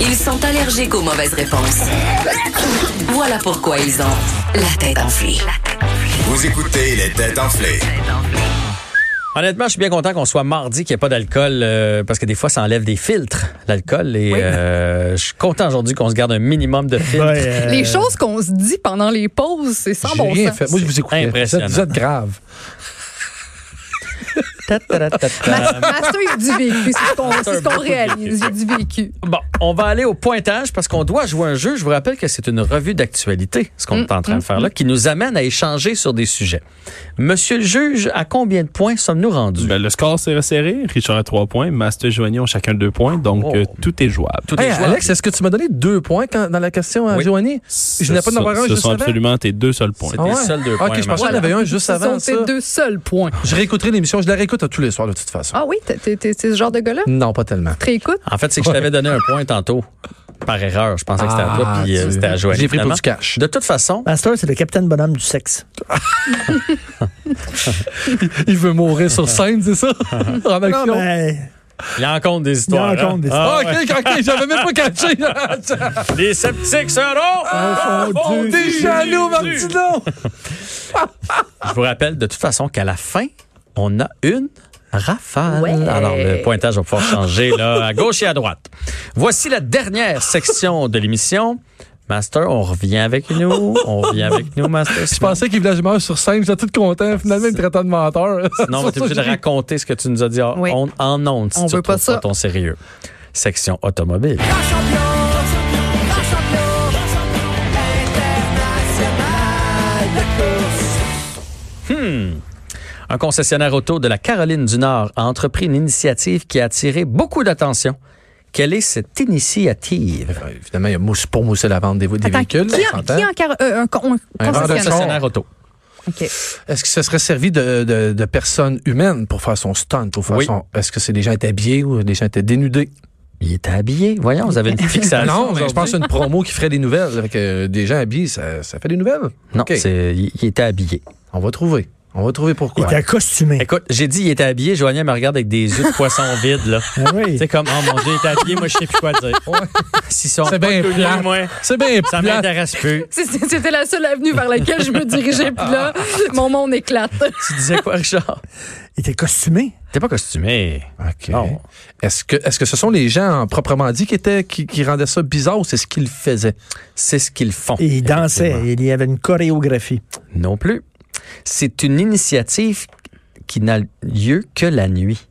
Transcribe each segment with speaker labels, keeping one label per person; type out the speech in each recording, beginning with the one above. Speaker 1: Ils sont allergiques aux mauvaises réponses. Voilà pourquoi ils ont la tête enflée.
Speaker 2: Vous écoutez les têtes enflées.
Speaker 3: Honnêtement, je suis bien content qu'on soit mardi, qu'il n'y ait pas d'alcool, euh, parce que des fois, ça enlève des filtres, l'alcool. Et euh, je suis content aujourd'hui qu'on se garde un minimum de filtres.
Speaker 4: Ouais, euh,
Speaker 5: Les choses qu'on se dit pendant les pauses, c'est sans
Speaker 4: j'ai
Speaker 5: bon
Speaker 4: rien
Speaker 5: sens.
Speaker 4: fait. Moi, je vous écoutais. Vous
Speaker 3: Impressionnant.
Speaker 4: êtes, vous êtes grave.
Speaker 5: Mas- Master, il a du vécu. C'est ce qu'on c'est ce qu'on
Speaker 3: beaucoup de
Speaker 5: réalise. J'ai du vécu.
Speaker 3: Bon, on va aller au pointage parce qu'on doit jouer un jeu. Je vous rappelle que c'est une revue d'actualité, ce qu'on est en train de faire là, qui nous amène à échanger sur des sujets. Monsieur le juge, à combien de points sommes-nous rendus?
Speaker 6: Ben, le score s'est resserré. Richard a 3 points, Master et Joanie ont chacun 2 points, donc
Speaker 3: Oh.
Speaker 6: euh, tout est jouable.
Speaker 3: Tout
Speaker 4: Hey,
Speaker 3: est jouable.
Speaker 4: Alex, est-ce que tu m'as donné deux points quand- dans la question à
Speaker 3: Oui.
Speaker 4: Joanie? Je Ah n'ai pas d'en
Speaker 6: Ce-
Speaker 4: avoir un
Speaker 6: Ce
Speaker 4: juste
Speaker 6: sont
Speaker 4: avant.
Speaker 6: absolument tes deux seuls points.
Speaker 3: C'est- Les seuls deux points,
Speaker 4: Ok, je pensais qu'il y en
Speaker 3: Marie.
Speaker 4: avait un juste
Speaker 5: Ce sont
Speaker 4: avant ça.
Speaker 5: tes deux seuls points.
Speaker 4: Je réécouterai l'émission. Je la réécoute à tous les soirs, de toute façon.
Speaker 5: Ah oui, t'es- t'es t'es ce genre de gars-là?
Speaker 4: Non, pas
Speaker 3: Ben,
Speaker 4: tellement.
Speaker 5: Très écoute.
Speaker 3: En fait, c'est que je t'avais donné un point tantôt. Par erreur, je pensais que c'était à toi,
Speaker 4: Ah,
Speaker 3: puis euh,
Speaker 4: tu-
Speaker 3: c'était à Joanie.
Speaker 4: J'ai pris pour
Speaker 3: finalement.
Speaker 4: du cash.
Speaker 3: De toute façon,
Speaker 7: Pasteur, c'est le capitaine bonhomme du sexe.
Speaker 4: Il veut mourir sur scène, c'est ça? En action.
Speaker 7: Non, mais
Speaker 3: il en compte des
Speaker 7: il
Speaker 3: histoires.
Speaker 7: en
Speaker 3: hein?
Speaker 7: compte des
Speaker 3: Ah,
Speaker 4: Ah, ok, ok, j'avais même pas catché.
Speaker 3: Les sceptiques seront
Speaker 7: confondus.
Speaker 4: T'es jaloux, Martino!
Speaker 3: Je vous rappelle de toute façon qu'à la fin, on a une rafale.
Speaker 5: Ouais.
Speaker 3: Alors, le pointage va pouvoir changer là, à gauche et à droite. Voici la dernière section de l'émission. Master, on revient avec nous. On revient avec nous, Master.
Speaker 4: Je pensais qu'il voulait que je meure sur scène. J'étais tout content. Finalement, il me traitait de menteur.
Speaker 3: Non, mais t'es obligé de raconter ce que tu nous as dit en-
Speaker 5: Oui.
Speaker 3: en- en ondes si
Speaker 5: On
Speaker 3: tu
Speaker 5: veut pas
Speaker 3: retrouves
Speaker 5: ça.
Speaker 3: ton sérieux. Section automobile. Hmm. Un concessionnaire auto de la Caroline du Nord a entrepris une initiative qui a attiré beaucoup d'attention. Quelle est cette initiative?
Speaker 4: Ouais, Ben, Évidemment, il y a mousse pour mousser la vente des, des
Speaker 5: Attends,
Speaker 4: véhicules.
Speaker 5: qui,
Speaker 4: on
Speaker 5: en-
Speaker 4: s'entend.
Speaker 5: qui en car- euh, un, con-
Speaker 4: Un
Speaker 5: un
Speaker 4: vendeur de
Speaker 5: concessionnaire?
Speaker 3: Concessionnaire auto.
Speaker 5: OK.
Speaker 4: Est-ce que ce serait servi de, de- de personnes humaines pour faire son stunt? Pour faire
Speaker 3: Oui.
Speaker 4: son... Est-ce que c'est des gens étaient habillés ou des gens étaient dénudés?
Speaker 3: Il était habillé. Voyons, vous avez une fixation.
Speaker 4: non, mais je
Speaker 3: Euh, aujourd'hui.
Speaker 4: pense une promo qui ferait des nouvelles. Avec euh, des gens habillés, ça, ça fait des nouvelles.
Speaker 3: Non,
Speaker 4: OK.
Speaker 3: c'est- il il était habillé.
Speaker 4: On va trouver. On va trouver
Speaker 7: Il
Speaker 4: pourquoi.
Speaker 7: était costumé.
Speaker 3: Écoute, j'ai dit il était habillé, Joanie elle me regarde avec des yeux de poisson vide là.
Speaker 7: Ah oui.
Speaker 3: C'est comme oh mon dieu, il était habillé, moi je sais plus quoi dire. Si sont
Speaker 4: C'est
Speaker 3: pas
Speaker 4: bien
Speaker 3: connus,
Speaker 4: plat.
Speaker 3: moi,
Speaker 4: C'est bien
Speaker 3: ça
Speaker 4: plat.
Speaker 3: m'intéresse plus.
Speaker 5: C'est- c'est- C'était la seule avenue vers laquelle je me dirigeais. Puis là,
Speaker 4: Ah.
Speaker 5: mon monde éclate.
Speaker 3: Tu disais quoi, Richard
Speaker 7: Il était costumé.
Speaker 3: T'es pas costumé.
Speaker 4: OK.
Speaker 3: Non.
Speaker 4: Est-ce que, est-ce que ce sont les gens proprement dit qui, étaient, qui, qui rendaient ça bizarre ou c'est ce qu'ils faisaient?
Speaker 3: C'est ce qu'ils font.
Speaker 7: Et il dansait. Il y avait une chorégraphie.
Speaker 3: Non plus. C'est une initiative qui n'a lieu que la nuit.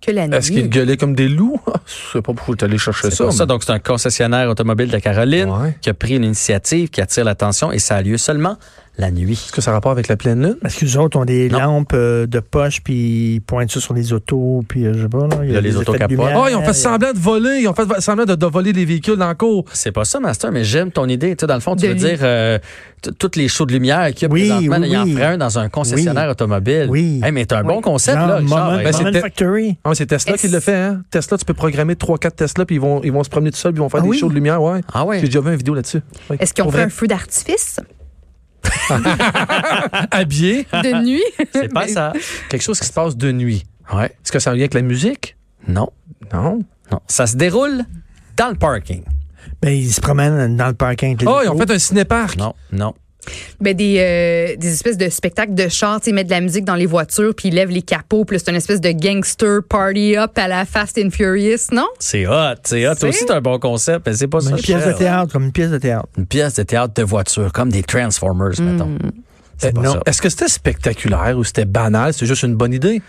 Speaker 5: Que la
Speaker 4: Est-ce qu'ils gueulaient comme des loups? Je sais pas pourquoi tu allé chercher
Speaker 3: C'est
Speaker 4: ça.
Speaker 3: pour ça
Speaker 4: mais-
Speaker 3: donc c'est un concessionnaire automobile de Caroline
Speaker 4: Ouais.
Speaker 3: qui a pris une initiative qui attire l'attention et ça a lieu seulement la nuit.
Speaker 4: Est-ce que ça a rapport avec la pleine lune?
Speaker 7: Parce que les autres ont des
Speaker 3: Non.
Speaker 7: lampes euh, de poche, puis ils pointent ça sur les autos, puis euh, je sais pas. Là, il y
Speaker 3: Là,
Speaker 7: a
Speaker 3: les
Speaker 7: des
Speaker 3: autos
Speaker 7: effets de
Speaker 3: capotent.
Speaker 7: lumière.
Speaker 4: Ah, ils ont fait semblant de voler. Ils ont fait semblant de, de voler les véhicules dans le cours.
Speaker 3: C'est pas ça, Master, mais j'aime ton idée. Tu sais, dans le fond, tu
Speaker 5: De
Speaker 3: veux
Speaker 5: nuit.
Speaker 3: dire euh, t- toutes les shows de lumière qu'il y a
Speaker 7: Oui,
Speaker 3: présentement, là,
Speaker 7: oui,
Speaker 3: il en
Speaker 7: oui.
Speaker 3: ferait un dans un concessionnaire
Speaker 7: Oui.
Speaker 3: automobile.
Speaker 7: Oui.
Speaker 3: Hey, mais c'est un bon concept,
Speaker 7: Genre,
Speaker 3: là, Richard.
Speaker 7: Moment,
Speaker 3: Ben,
Speaker 4: c'est-
Speaker 7: Moment
Speaker 4: c'était-
Speaker 7: Factory.
Speaker 4: Ah, mais c'est Tesla qui le fait, hein? Tesla, tu peux programmer 3-4 Tesla, puis ils vont, ils vont se promener tout seuls, puis ils vont faire
Speaker 7: Ah
Speaker 4: des
Speaker 7: oui?
Speaker 4: shows de lumière, ouais.
Speaker 3: Ah ouais.
Speaker 4: J'ai déjà vu une vidéo là-dessus. Ouais.
Speaker 5: Est-ce qu'ils ont
Speaker 4: Pour
Speaker 5: fait
Speaker 4: vrai.
Speaker 5: un feu d'artifice
Speaker 4: habillé?
Speaker 5: de nuit?
Speaker 3: C'est pas ça.
Speaker 4: Quelque chose qui se passe de nuit.
Speaker 3: Ouais.
Speaker 4: Est-ce que ça a un lien avec la musique?
Speaker 3: Non,
Speaker 4: Non.
Speaker 3: non. Ça se déroule dans le parking.
Speaker 7: Ben, ils se promènent dans le parking. avec les
Speaker 4: Ah, ils ont
Speaker 7: autos.
Speaker 4: fait un cinépark.
Speaker 3: Non, non.
Speaker 5: Ben des, euh, des espèces de spectacles de chars, tu sais, ils mettent de la musique dans les voitures, puis ils lèvent les capots, puis là, c'est une espèce de gangster party up à la Fast and Furious, non?
Speaker 3: C'est hot. C'est hot.
Speaker 5: C'est-
Speaker 3: aussi, c'est un bon concept, mais c'est pas ça.
Speaker 7: Une pièce de
Speaker 3: Richard.
Speaker 7: théâtre, comme une pièce de théâtre.
Speaker 3: Une pièce de théâtre de voiture, comme des Transformers,
Speaker 7: Hmm.
Speaker 3: mettons.
Speaker 7: Eh,
Speaker 3: C'est pas ça.
Speaker 4: Est-ce que c'était spectaculaire ou c'était banal? C'est juste une bonne idée?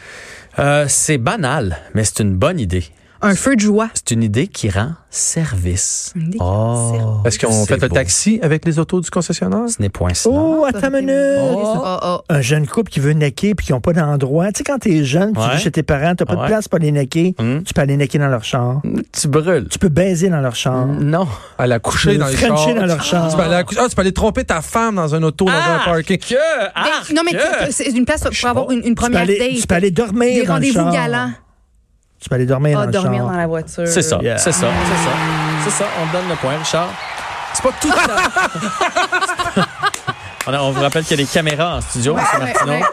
Speaker 3: Euh, c'est banal, mais c'est une bonne idée.
Speaker 5: Un feu de joie.
Speaker 3: C'est une idée qui rend service.
Speaker 5: Une idée qui rend
Speaker 3: oh,
Speaker 5: service.
Speaker 4: Est-ce qu'ils ont
Speaker 3: c'est
Speaker 4: fait le
Speaker 3: beau.
Speaker 4: taxi avec les autos du concessionnaire?
Speaker 3: Ce n'est point ça.
Speaker 7: Oh, attends
Speaker 5: Ça
Speaker 7: une
Speaker 5: fait
Speaker 7: minute.
Speaker 5: Oh, oh.
Speaker 7: Un jeune couple qui veut naquer puis qui n'ont pas d'endroit. Tu sais, quand t'es jeune, tu
Speaker 3: Ouais.
Speaker 7: vis chez tes parents, t'as pas
Speaker 3: Ouais.
Speaker 7: de place pour les naquer.
Speaker 3: Hum.
Speaker 7: Tu peux aller naquer dans leur char.
Speaker 3: Tu brûles.
Speaker 7: Tu peux baiser dans leur char.
Speaker 4: Mm.
Speaker 3: Non.
Speaker 4: Elle a couché
Speaker 7: Le
Speaker 4: dans les
Speaker 7: Frenchie
Speaker 4: chars.
Speaker 7: dans leur char.
Speaker 4: Tu peux aller accou- ah, tu peux aller tromper ta femme dans un auto, dans un parking.
Speaker 3: Ah, Que? ah!
Speaker 5: Ben,
Speaker 7: Ah,
Speaker 5: non, mais
Speaker 3: que-
Speaker 5: t- c'est une place pour avoir une, une
Speaker 7: Tu peux,
Speaker 5: première
Speaker 7: aller, tu
Speaker 5: date.
Speaker 7: peux aller dormir
Speaker 5: des
Speaker 7: dans le
Speaker 5: rendez-vous
Speaker 7: char.
Speaker 5: galants.
Speaker 7: Tu peux aller dormir
Speaker 5: Pas
Speaker 7: dans le
Speaker 5: Ah, dormir
Speaker 7: char.
Speaker 5: dans la voiture.
Speaker 3: C'est ça,
Speaker 7: Yeah.
Speaker 3: c'est ça, c'est ça. C'est ça, on te donne le point, Richard. C'est pas tout ça. on, a- on vous rappelle qu'il y a des caméras en studio,
Speaker 5: Ouais,
Speaker 3: monsieur
Speaker 5: ouais,
Speaker 3: Martineau.
Speaker 5: ouais.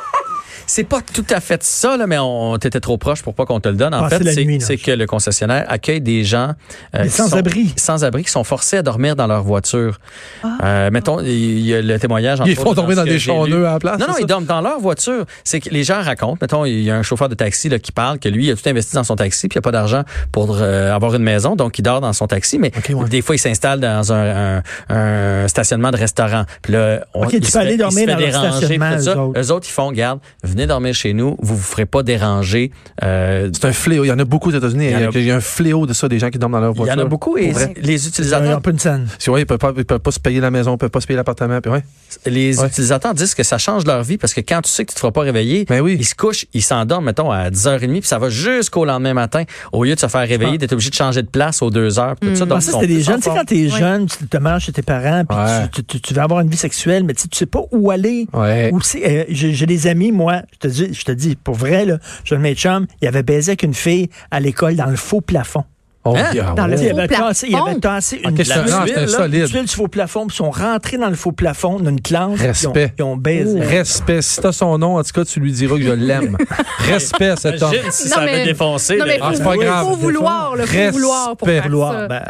Speaker 3: C'est pas tout à fait ça, là, mais on t'était trop proche pour pas qu'on te le donne. En
Speaker 7: Passer
Speaker 3: fait,
Speaker 7: la nuit,
Speaker 3: c'est-
Speaker 7: non.
Speaker 3: c'est que le concessionnaire accueille des gens euh,
Speaker 7: Des
Speaker 3: qui sont-
Speaker 7: sans-abri.
Speaker 3: sans-abri qui sont forcés à dormir dans leur voiture.
Speaker 5: Ah.
Speaker 3: Euh, mettons, il y a le témoignage. entre
Speaker 4: Ils font
Speaker 3: autres,
Speaker 4: tomber
Speaker 3: ce
Speaker 4: dans
Speaker 3: que
Speaker 4: des
Speaker 3: j'ai
Speaker 4: chandeux
Speaker 3: lu.
Speaker 4: à la
Speaker 7: Ah,
Speaker 4: place,
Speaker 3: Non,
Speaker 4: c'est
Speaker 3: non,
Speaker 4: ça?
Speaker 3: ils dorment dans leur voiture. C'est que les gens racontent. Mettons, il y a un chauffeur de taxi là, qui parle que lui, il a tout investi dans son taxi, puis il a pas d'argent pour euh, avoir une maison, donc il dort dans son taxi. Mais
Speaker 7: Ok, ouais.
Speaker 3: des fois, il s'installe dans un, un- un stationnement de restaurant. Puis là, on,
Speaker 7: Ok, tu
Speaker 3: il se
Speaker 7: peux aller
Speaker 3: fait- il
Speaker 7: dormir
Speaker 3: se fait
Speaker 7: dans leur
Speaker 3: déranger,
Speaker 7: stationnement,
Speaker 3: puis tout
Speaker 7: eux
Speaker 3: ça.
Speaker 7: autres.
Speaker 3: Eux autres, ils font, garde, venez dormir chez nous, vous vous ferez pas déranger. Euh,
Speaker 4: C'est un fléau. Il y en a beaucoup aux États-Unis.
Speaker 3: Il
Speaker 4: Il
Speaker 3: y
Speaker 4: y,
Speaker 3: en a-
Speaker 4: a un fléau de ça, des gens qui dorment dans leur
Speaker 3: il y
Speaker 4: voiture.
Speaker 3: en a beaucoup et les
Speaker 7: Un,
Speaker 3: utilisateurs,
Speaker 7: un peu une scène.
Speaker 4: Si, ouais, ils peuvent pas, ils peuvent pas se payer la maison, ils peuvent pas se payer l'appartement. Puis ouais.
Speaker 3: les
Speaker 4: Ouais.
Speaker 3: utilisateurs disent que ça change leur vie parce que quand tu sais que tu te feras pas réveiller,
Speaker 4: Ben oui.
Speaker 3: ils se couchent, ils s'endorment, mettons, à 10h30, puis ça va jusqu'au lendemain matin. Au lieu de se faire réveiller, d'être obligé de changer de place aux 2h. Tout ça,
Speaker 7: Je
Speaker 3: donc, ils
Speaker 7: pensais que
Speaker 3: sont
Speaker 7: Ah, c'était des
Speaker 3: plus en
Speaker 7: jeunes. Tu sais,
Speaker 3: forme.
Speaker 7: quand t'es jeune, tu te manges chez tes parents, puis
Speaker 4: Ouais.
Speaker 7: tu, tu- tu veux avoir une vie sexuelle, mais tu sais, tu sais pas où aller.
Speaker 4: Ouais.
Speaker 7: Ou si- euh, J'ai j'ai des amis, moi, je te dis, je te dis, pour vrai, là, je mes chums, il avait baisé avec une fille à l'école dans le faux plafond.
Speaker 4: Oh,
Speaker 3: Hein?
Speaker 4: yeah,
Speaker 5: Dans le
Speaker 4: ouais.
Speaker 7: Il avait,
Speaker 5: Faux
Speaker 7: tassé, il avait
Speaker 5: plafond?
Speaker 7: tassé une
Speaker 4: Ok, c'est un- non,
Speaker 7: tuile,
Speaker 4: c'est un
Speaker 7: là,
Speaker 4: solide.
Speaker 7: une tuile du faux plafond, puis ils sont rentrés dans le faux plafond d'une classe.
Speaker 4: Respect.
Speaker 7: Ils ont, ils ont baisé.
Speaker 4: Respect. Si t'as son nom, en tout cas, tu lui diras que je l'aime. Respect, cet homme.
Speaker 3: Imagine si
Speaker 5: Non,
Speaker 3: ça avait
Speaker 5: mais-
Speaker 3: défoncé
Speaker 5: Non,
Speaker 3: là,
Speaker 5: mais
Speaker 4: Ah,
Speaker 5: faut,
Speaker 4: c'est pas
Speaker 5: faut
Speaker 4: grave.
Speaker 5: vouloir, là, faut
Speaker 4: Respect.
Speaker 5: vouloir pour faire ça.
Speaker 7: Vouloir, ben,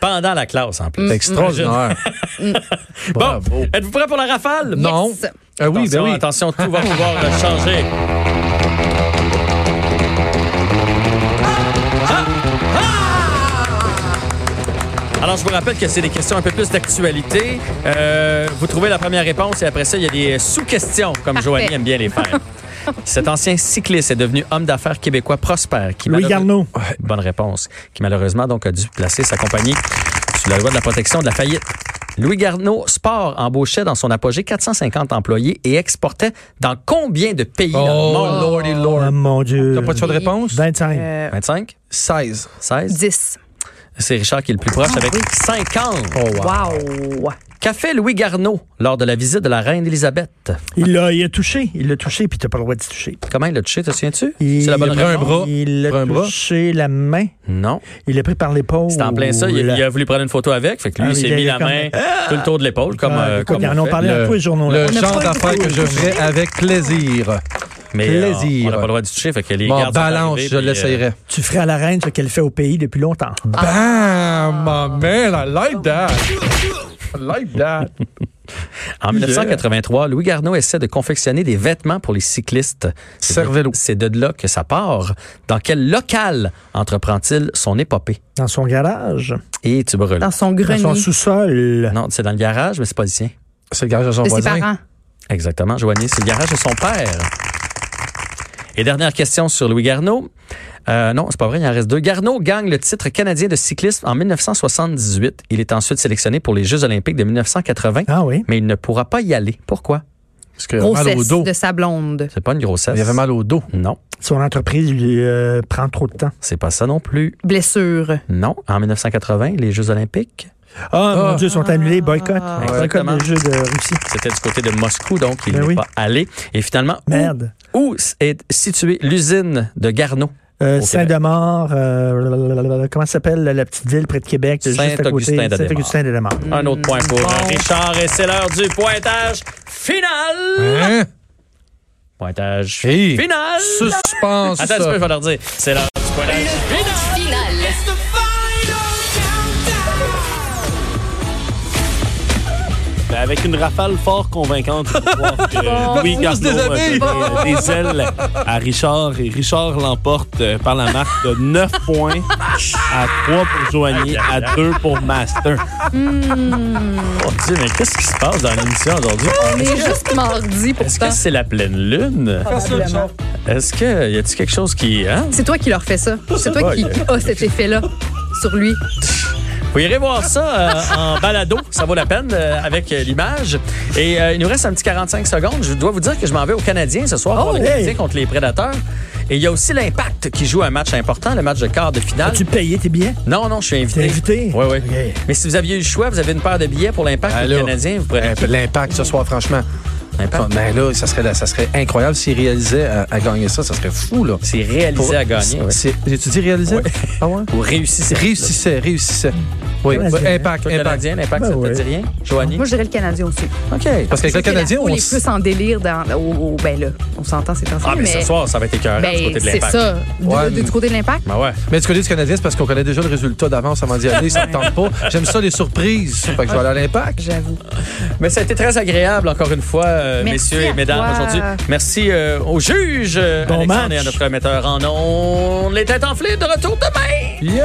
Speaker 3: pendant la classe, en plus.
Speaker 4: C'est extraordinaire.
Speaker 3: Bon,
Speaker 4: Bravo.
Speaker 3: êtes-vous prêts pour la rafale?
Speaker 4: Non. Ah oui,
Speaker 3: attention,
Speaker 4: ben oui.
Speaker 3: attention, tout va pouvoir euh, changer. Ah! Ah! Alors, je vous rappelle que c'est des questions un peu plus d'actualité. Euh, vous trouvez la première réponse et après ça, il y a des sous-questions, comme
Speaker 5: Parfait.
Speaker 3: Joanie aime bien les faire. Cet ancien cycliste est devenu homme d'affaires québécois prospère. Qui
Speaker 7: Louis
Speaker 3: malheureux-
Speaker 7: Garneau.
Speaker 3: Ouais, bonne réponse. Qui malheureusement donc a dû placer sa compagnie sous la loi de la protection de la faillite. Louis Garneau Sport embauchait dans son apogée 450 employés et exportait dans combien de pays dans le monde?
Speaker 4: lordy
Speaker 7: Oh,
Speaker 4: lord.
Speaker 7: mon Dieu.
Speaker 4: T'as pas de choix de réponse?
Speaker 7: 25.
Speaker 5: Euh,
Speaker 3: 25?
Speaker 4: 16.
Speaker 3: 16?
Speaker 5: 10.
Speaker 3: C'est Richard qui est le plus
Speaker 7: Ah
Speaker 3: proche avec 50.
Speaker 7: Oh,
Speaker 5: Wow.
Speaker 3: Qu'a fait Louis Garneau lors de la visite de la reine Élisabeth?
Speaker 7: Il l'a il a touché. Il l'a touché, puis t'as pas le droit de se toucher.
Speaker 3: Comment il l'a touché, te souviens-tu?
Speaker 7: Il-
Speaker 3: C'est la bonne
Speaker 7: il a pris un
Speaker 3: réponse?
Speaker 4: bras.
Speaker 7: Il
Speaker 4: Prends
Speaker 7: l'a
Speaker 4: un bras.
Speaker 7: touché la main.
Speaker 3: Non.
Speaker 7: Il l'a pris par l'épaule.
Speaker 3: C'est en plein ça. Il, a- il a voulu prendre une photo avec. Fait que lui,
Speaker 7: Ah,
Speaker 3: il s'est
Speaker 7: il
Speaker 3: mis la
Speaker 7: avait
Speaker 3: main tout le tour de l'épaule, comme,
Speaker 7: Ah,
Speaker 3: euh,
Speaker 7: écoute,
Speaker 3: comme
Speaker 7: il y en
Speaker 3: on
Speaker 7: a
Speaker 3: fait.
Speaker 7: parlé à tous les journaux. là.
Speaker 4: Le
Speaker 5: a
Speaker 4: genre
Speaker 5: pas eu
Speaker 4: d'affaires
Speaker 5: beaucoup
Speaker 4: que je ferais avec plaisir.
Speaker 3: Mais euh,
Speaker 4: Plaisir.
Speaker 3: on n'a pas le droit de se toucher. Fait que les
Speaker 4: Bon,
Speaker 3: gardes sont
Speaker 4: balance,
Speaker 3: arrivés,
Speaker 4: je
Speaker 3: puis, euh,
Speaker 4: l'essayerai.
Speaker 7: Tu ferais à la reine ce qu'elle fait au pays depuis longtemps.
Speaker 4: Bam! My man, I like that. I like that.
Speaker 3: En 1983, Louis Garneau essaie de confectionner des vêtements pour les cyclistes. C'est de-
Speaker 4: Cervélo.
Speaker 3: C'est de là que ça part. Dans quel local entreprend-il son épopée?
Speaker 7: Dans son garage.
Speaker 3: Et tu brûles.
Speaker 5: Dans son
Speaker 7: Dans
Speaker 5: grenier
Speaker 7: son sous-sol.
Speaker 3: Non, c'est dans le garage, mais c'est pas ici.
Speaker 4: C'est le garage de son
Speaker 5: de ses
Speaker 4: voisin.
Speaker 5: parents.
Speaker 3: Exactement, Joanie. C'est le garage de son père. Et dernière question sur Louis Garneau. Euh, non, c'est pas vrai, il en reste deux. Garneau gagne le titre canadien de cyclisme en 1978. Il est ensuite sélectionné pour les Jeux olympiques de 1980,
Speaker 7: Ah oui.
Speaker 3: mais il ne pourra pas y aller. Pourquoi?
Speaker 4: Parce qu'il avait mal au
Speaker 5: Grossesse
Speaker 4: dos.
Speaker 5: de sa blonde.
Speaker 3: C'est pas une grossesse.
Speaker 4: Il avait mal au dos.
Speaker 3: Non,
Speaker 7: Son entreprise lui euh, prend trop de temps.
Speaker 3: c'est pas ça non plus.
Speaker 5: Blessure.
Speaker 3: Non, en 1980, les Jeux olympiques,
Speaker 7: Ah, mon
Speaker 4: Ah.
Speaker 7: Dieu, ils sont annulés. Boycott. Boycott
Speaker 3: Exactement.
Speaker 7: des Jeux de Russie.
Speaker 3: c'était du côté de Moscou, donc il
Speaker 7: Ben
Speaker 3: n'est
Speaker 7: oui.
Speaker 3: pas allé. Et finalement, où-
Speaker 7: Merde.
Speaker 3: Où, est située l'usine de Garneau?
Speaker 7: Euh,
Speaker 3: Au
Speaker 7: Saint-Demore, euh, comment ça s'appelle la petite ville près de Québec, juste à côté
Speaker 3: Saint-Augustin-de-Desmarais.
Speaker 7: Saint-Augustin-de-Desmarais.
Speaker 3: Un autre point pour
Speaker 5: bon.
Speaker 3: Richard, et c'est l'heure du pointage final!
Speaker 4: Hein?
Speaker 3: Pointage
Speaker 4: Hey.
Speaker 3: final!
Speaker 4: Suspense.
Speaker 3: Attends un petit peu, je vais leur dire. C'est l'heure du pointage final!
Speaker 1: Finale.
Speaker 6: Ben, avec une rafale fort convaincante pour voir que Louis Garneau a donné euh, des ailes à Richard et Richard l'emporte euh, par la marque de 9 points à 3 pour Joanie, à 2 pour Master.
Speaker 3: Mon Dieu, mais qu'est-ce qui se passe dans l'émission aujourd'hui?
Speaker 7: Oh,
Speaker 5: On est juste mardi
Speaker 3: Est-ce
Speaker 5: pourtant.
Speaker 3: que c'est la pleine lune? Est-ce que y a-t-il quelque chose qui. Hein?
Speaker 5: C'est toi qui leur fais ça. C'est toi
Speaker 3: Ouais.
Speaker 5: qui a cet effet-là sur lui.
Speaker 3: Vous irez voir ça euh, en balado, ça vaut la peine euh, avec euh, l'image. Et euh, il nous reste un petit 45 secondes. Je dois vous dire que je m'en vais au Canadien ce soir pour
Speaker 7: Oh,
Speaker 3: le
Speaker 7: hey!
Speaker 3: Canadien contre les Prédateurs. Et il y a aussi l'Impact qui joue un match important, le match de quart de finale.
Speaker 7: As-tu payé tes billets?
Speaker 3: Non, non, je suis invité.
Speaker 7: T'es invité?
Speaker 3: Oui, oui.
Speaker 7: Ok.
Speaker 3: Mais si vous aviez eu le choix, vous avez une paire de billets pour l'Impact ou le
Speaker 4: Alors,
Speaker 3: Canadien, vous prenez
Speaker 4: Imp- L'impact ce soir, franchement.
Speaker 3: Impact.
Speaker 4: Ben là, ça serait, ça serait incroyable s'il réalisait à, à gagner ça. Ça serait fou, là.
Speaker 3: C'est réalisé à gagner. ouais.
Speaker 4: C'est- J'ai-tu dit réaliser? Ah ouais?
Speaker 3: Ou réussissez.
Speaker 4: Réussissait, réussissait. Oui.
Speaker 7: Canadien,
Speaker 4: Ouais, Impact,
Speaker 3: Toi,
Speaker 4: impact.
Speaker 3: Canadien, l'impact,
Speaker 7: Ben
Speaker 3: ça te
Speaker 7: oui.
Speaker 3: dit rien? Joanie?
Speaker 5: Moi, je dirais le Canadien aussi.
Speaker 3: OK.
Speaker 4: Parce qu'avec le
Speaker 5: C'est la
Speaker 4: Canadien,
Speaker 5: foule
Speaker 4: on
Speaker 5: est
Speaker 4: s-
Speaker 5: plus en délire dans. au- au- ben là, on s'entend, c'est
Speaker 3: Ah, mais,
Speaker 5: mais
Speaker 3: ce soir, ça va être écœurant
Speaker 5: ben,
Speaker 3: du côté de
Speaker 5: c'est
Speaker 3: l'impact.
Speaker 5: ça. Du-
Speaker 4: Ouais,
Speaker 5: du-
Speaker 4: mais-
Speaker 5: du côté de l'impact?
Speaker 3: Ben ouais.
Speaker 4: Mais du côté du Canadien, c'est parce qu'on connaît déjà le résultat d'avance avant d'y aller. Ça ne tente pas. J'aime ça, les surprises. Fait que je vais aller à l'impact.
Speaker 5: J'avoue.
Speaker 3: Mais ça a été très agréable, encore une fois, euh,
Speaker 5: Merci
Speaker 3: messieurs et
Speaker 5: à
Speaker 3: mesdames,
Speaker 5: toi.
Speaker 3: aujourd'hui. Merci euh, aux juges, euh,
Speaker 7: Bon
Speaker 3: Alexandre
Speaker 7: match.
Speaker 3: et à notre metteur en ondes. Les têtes enflées, de retour demain!
Speaker 4: Yeah!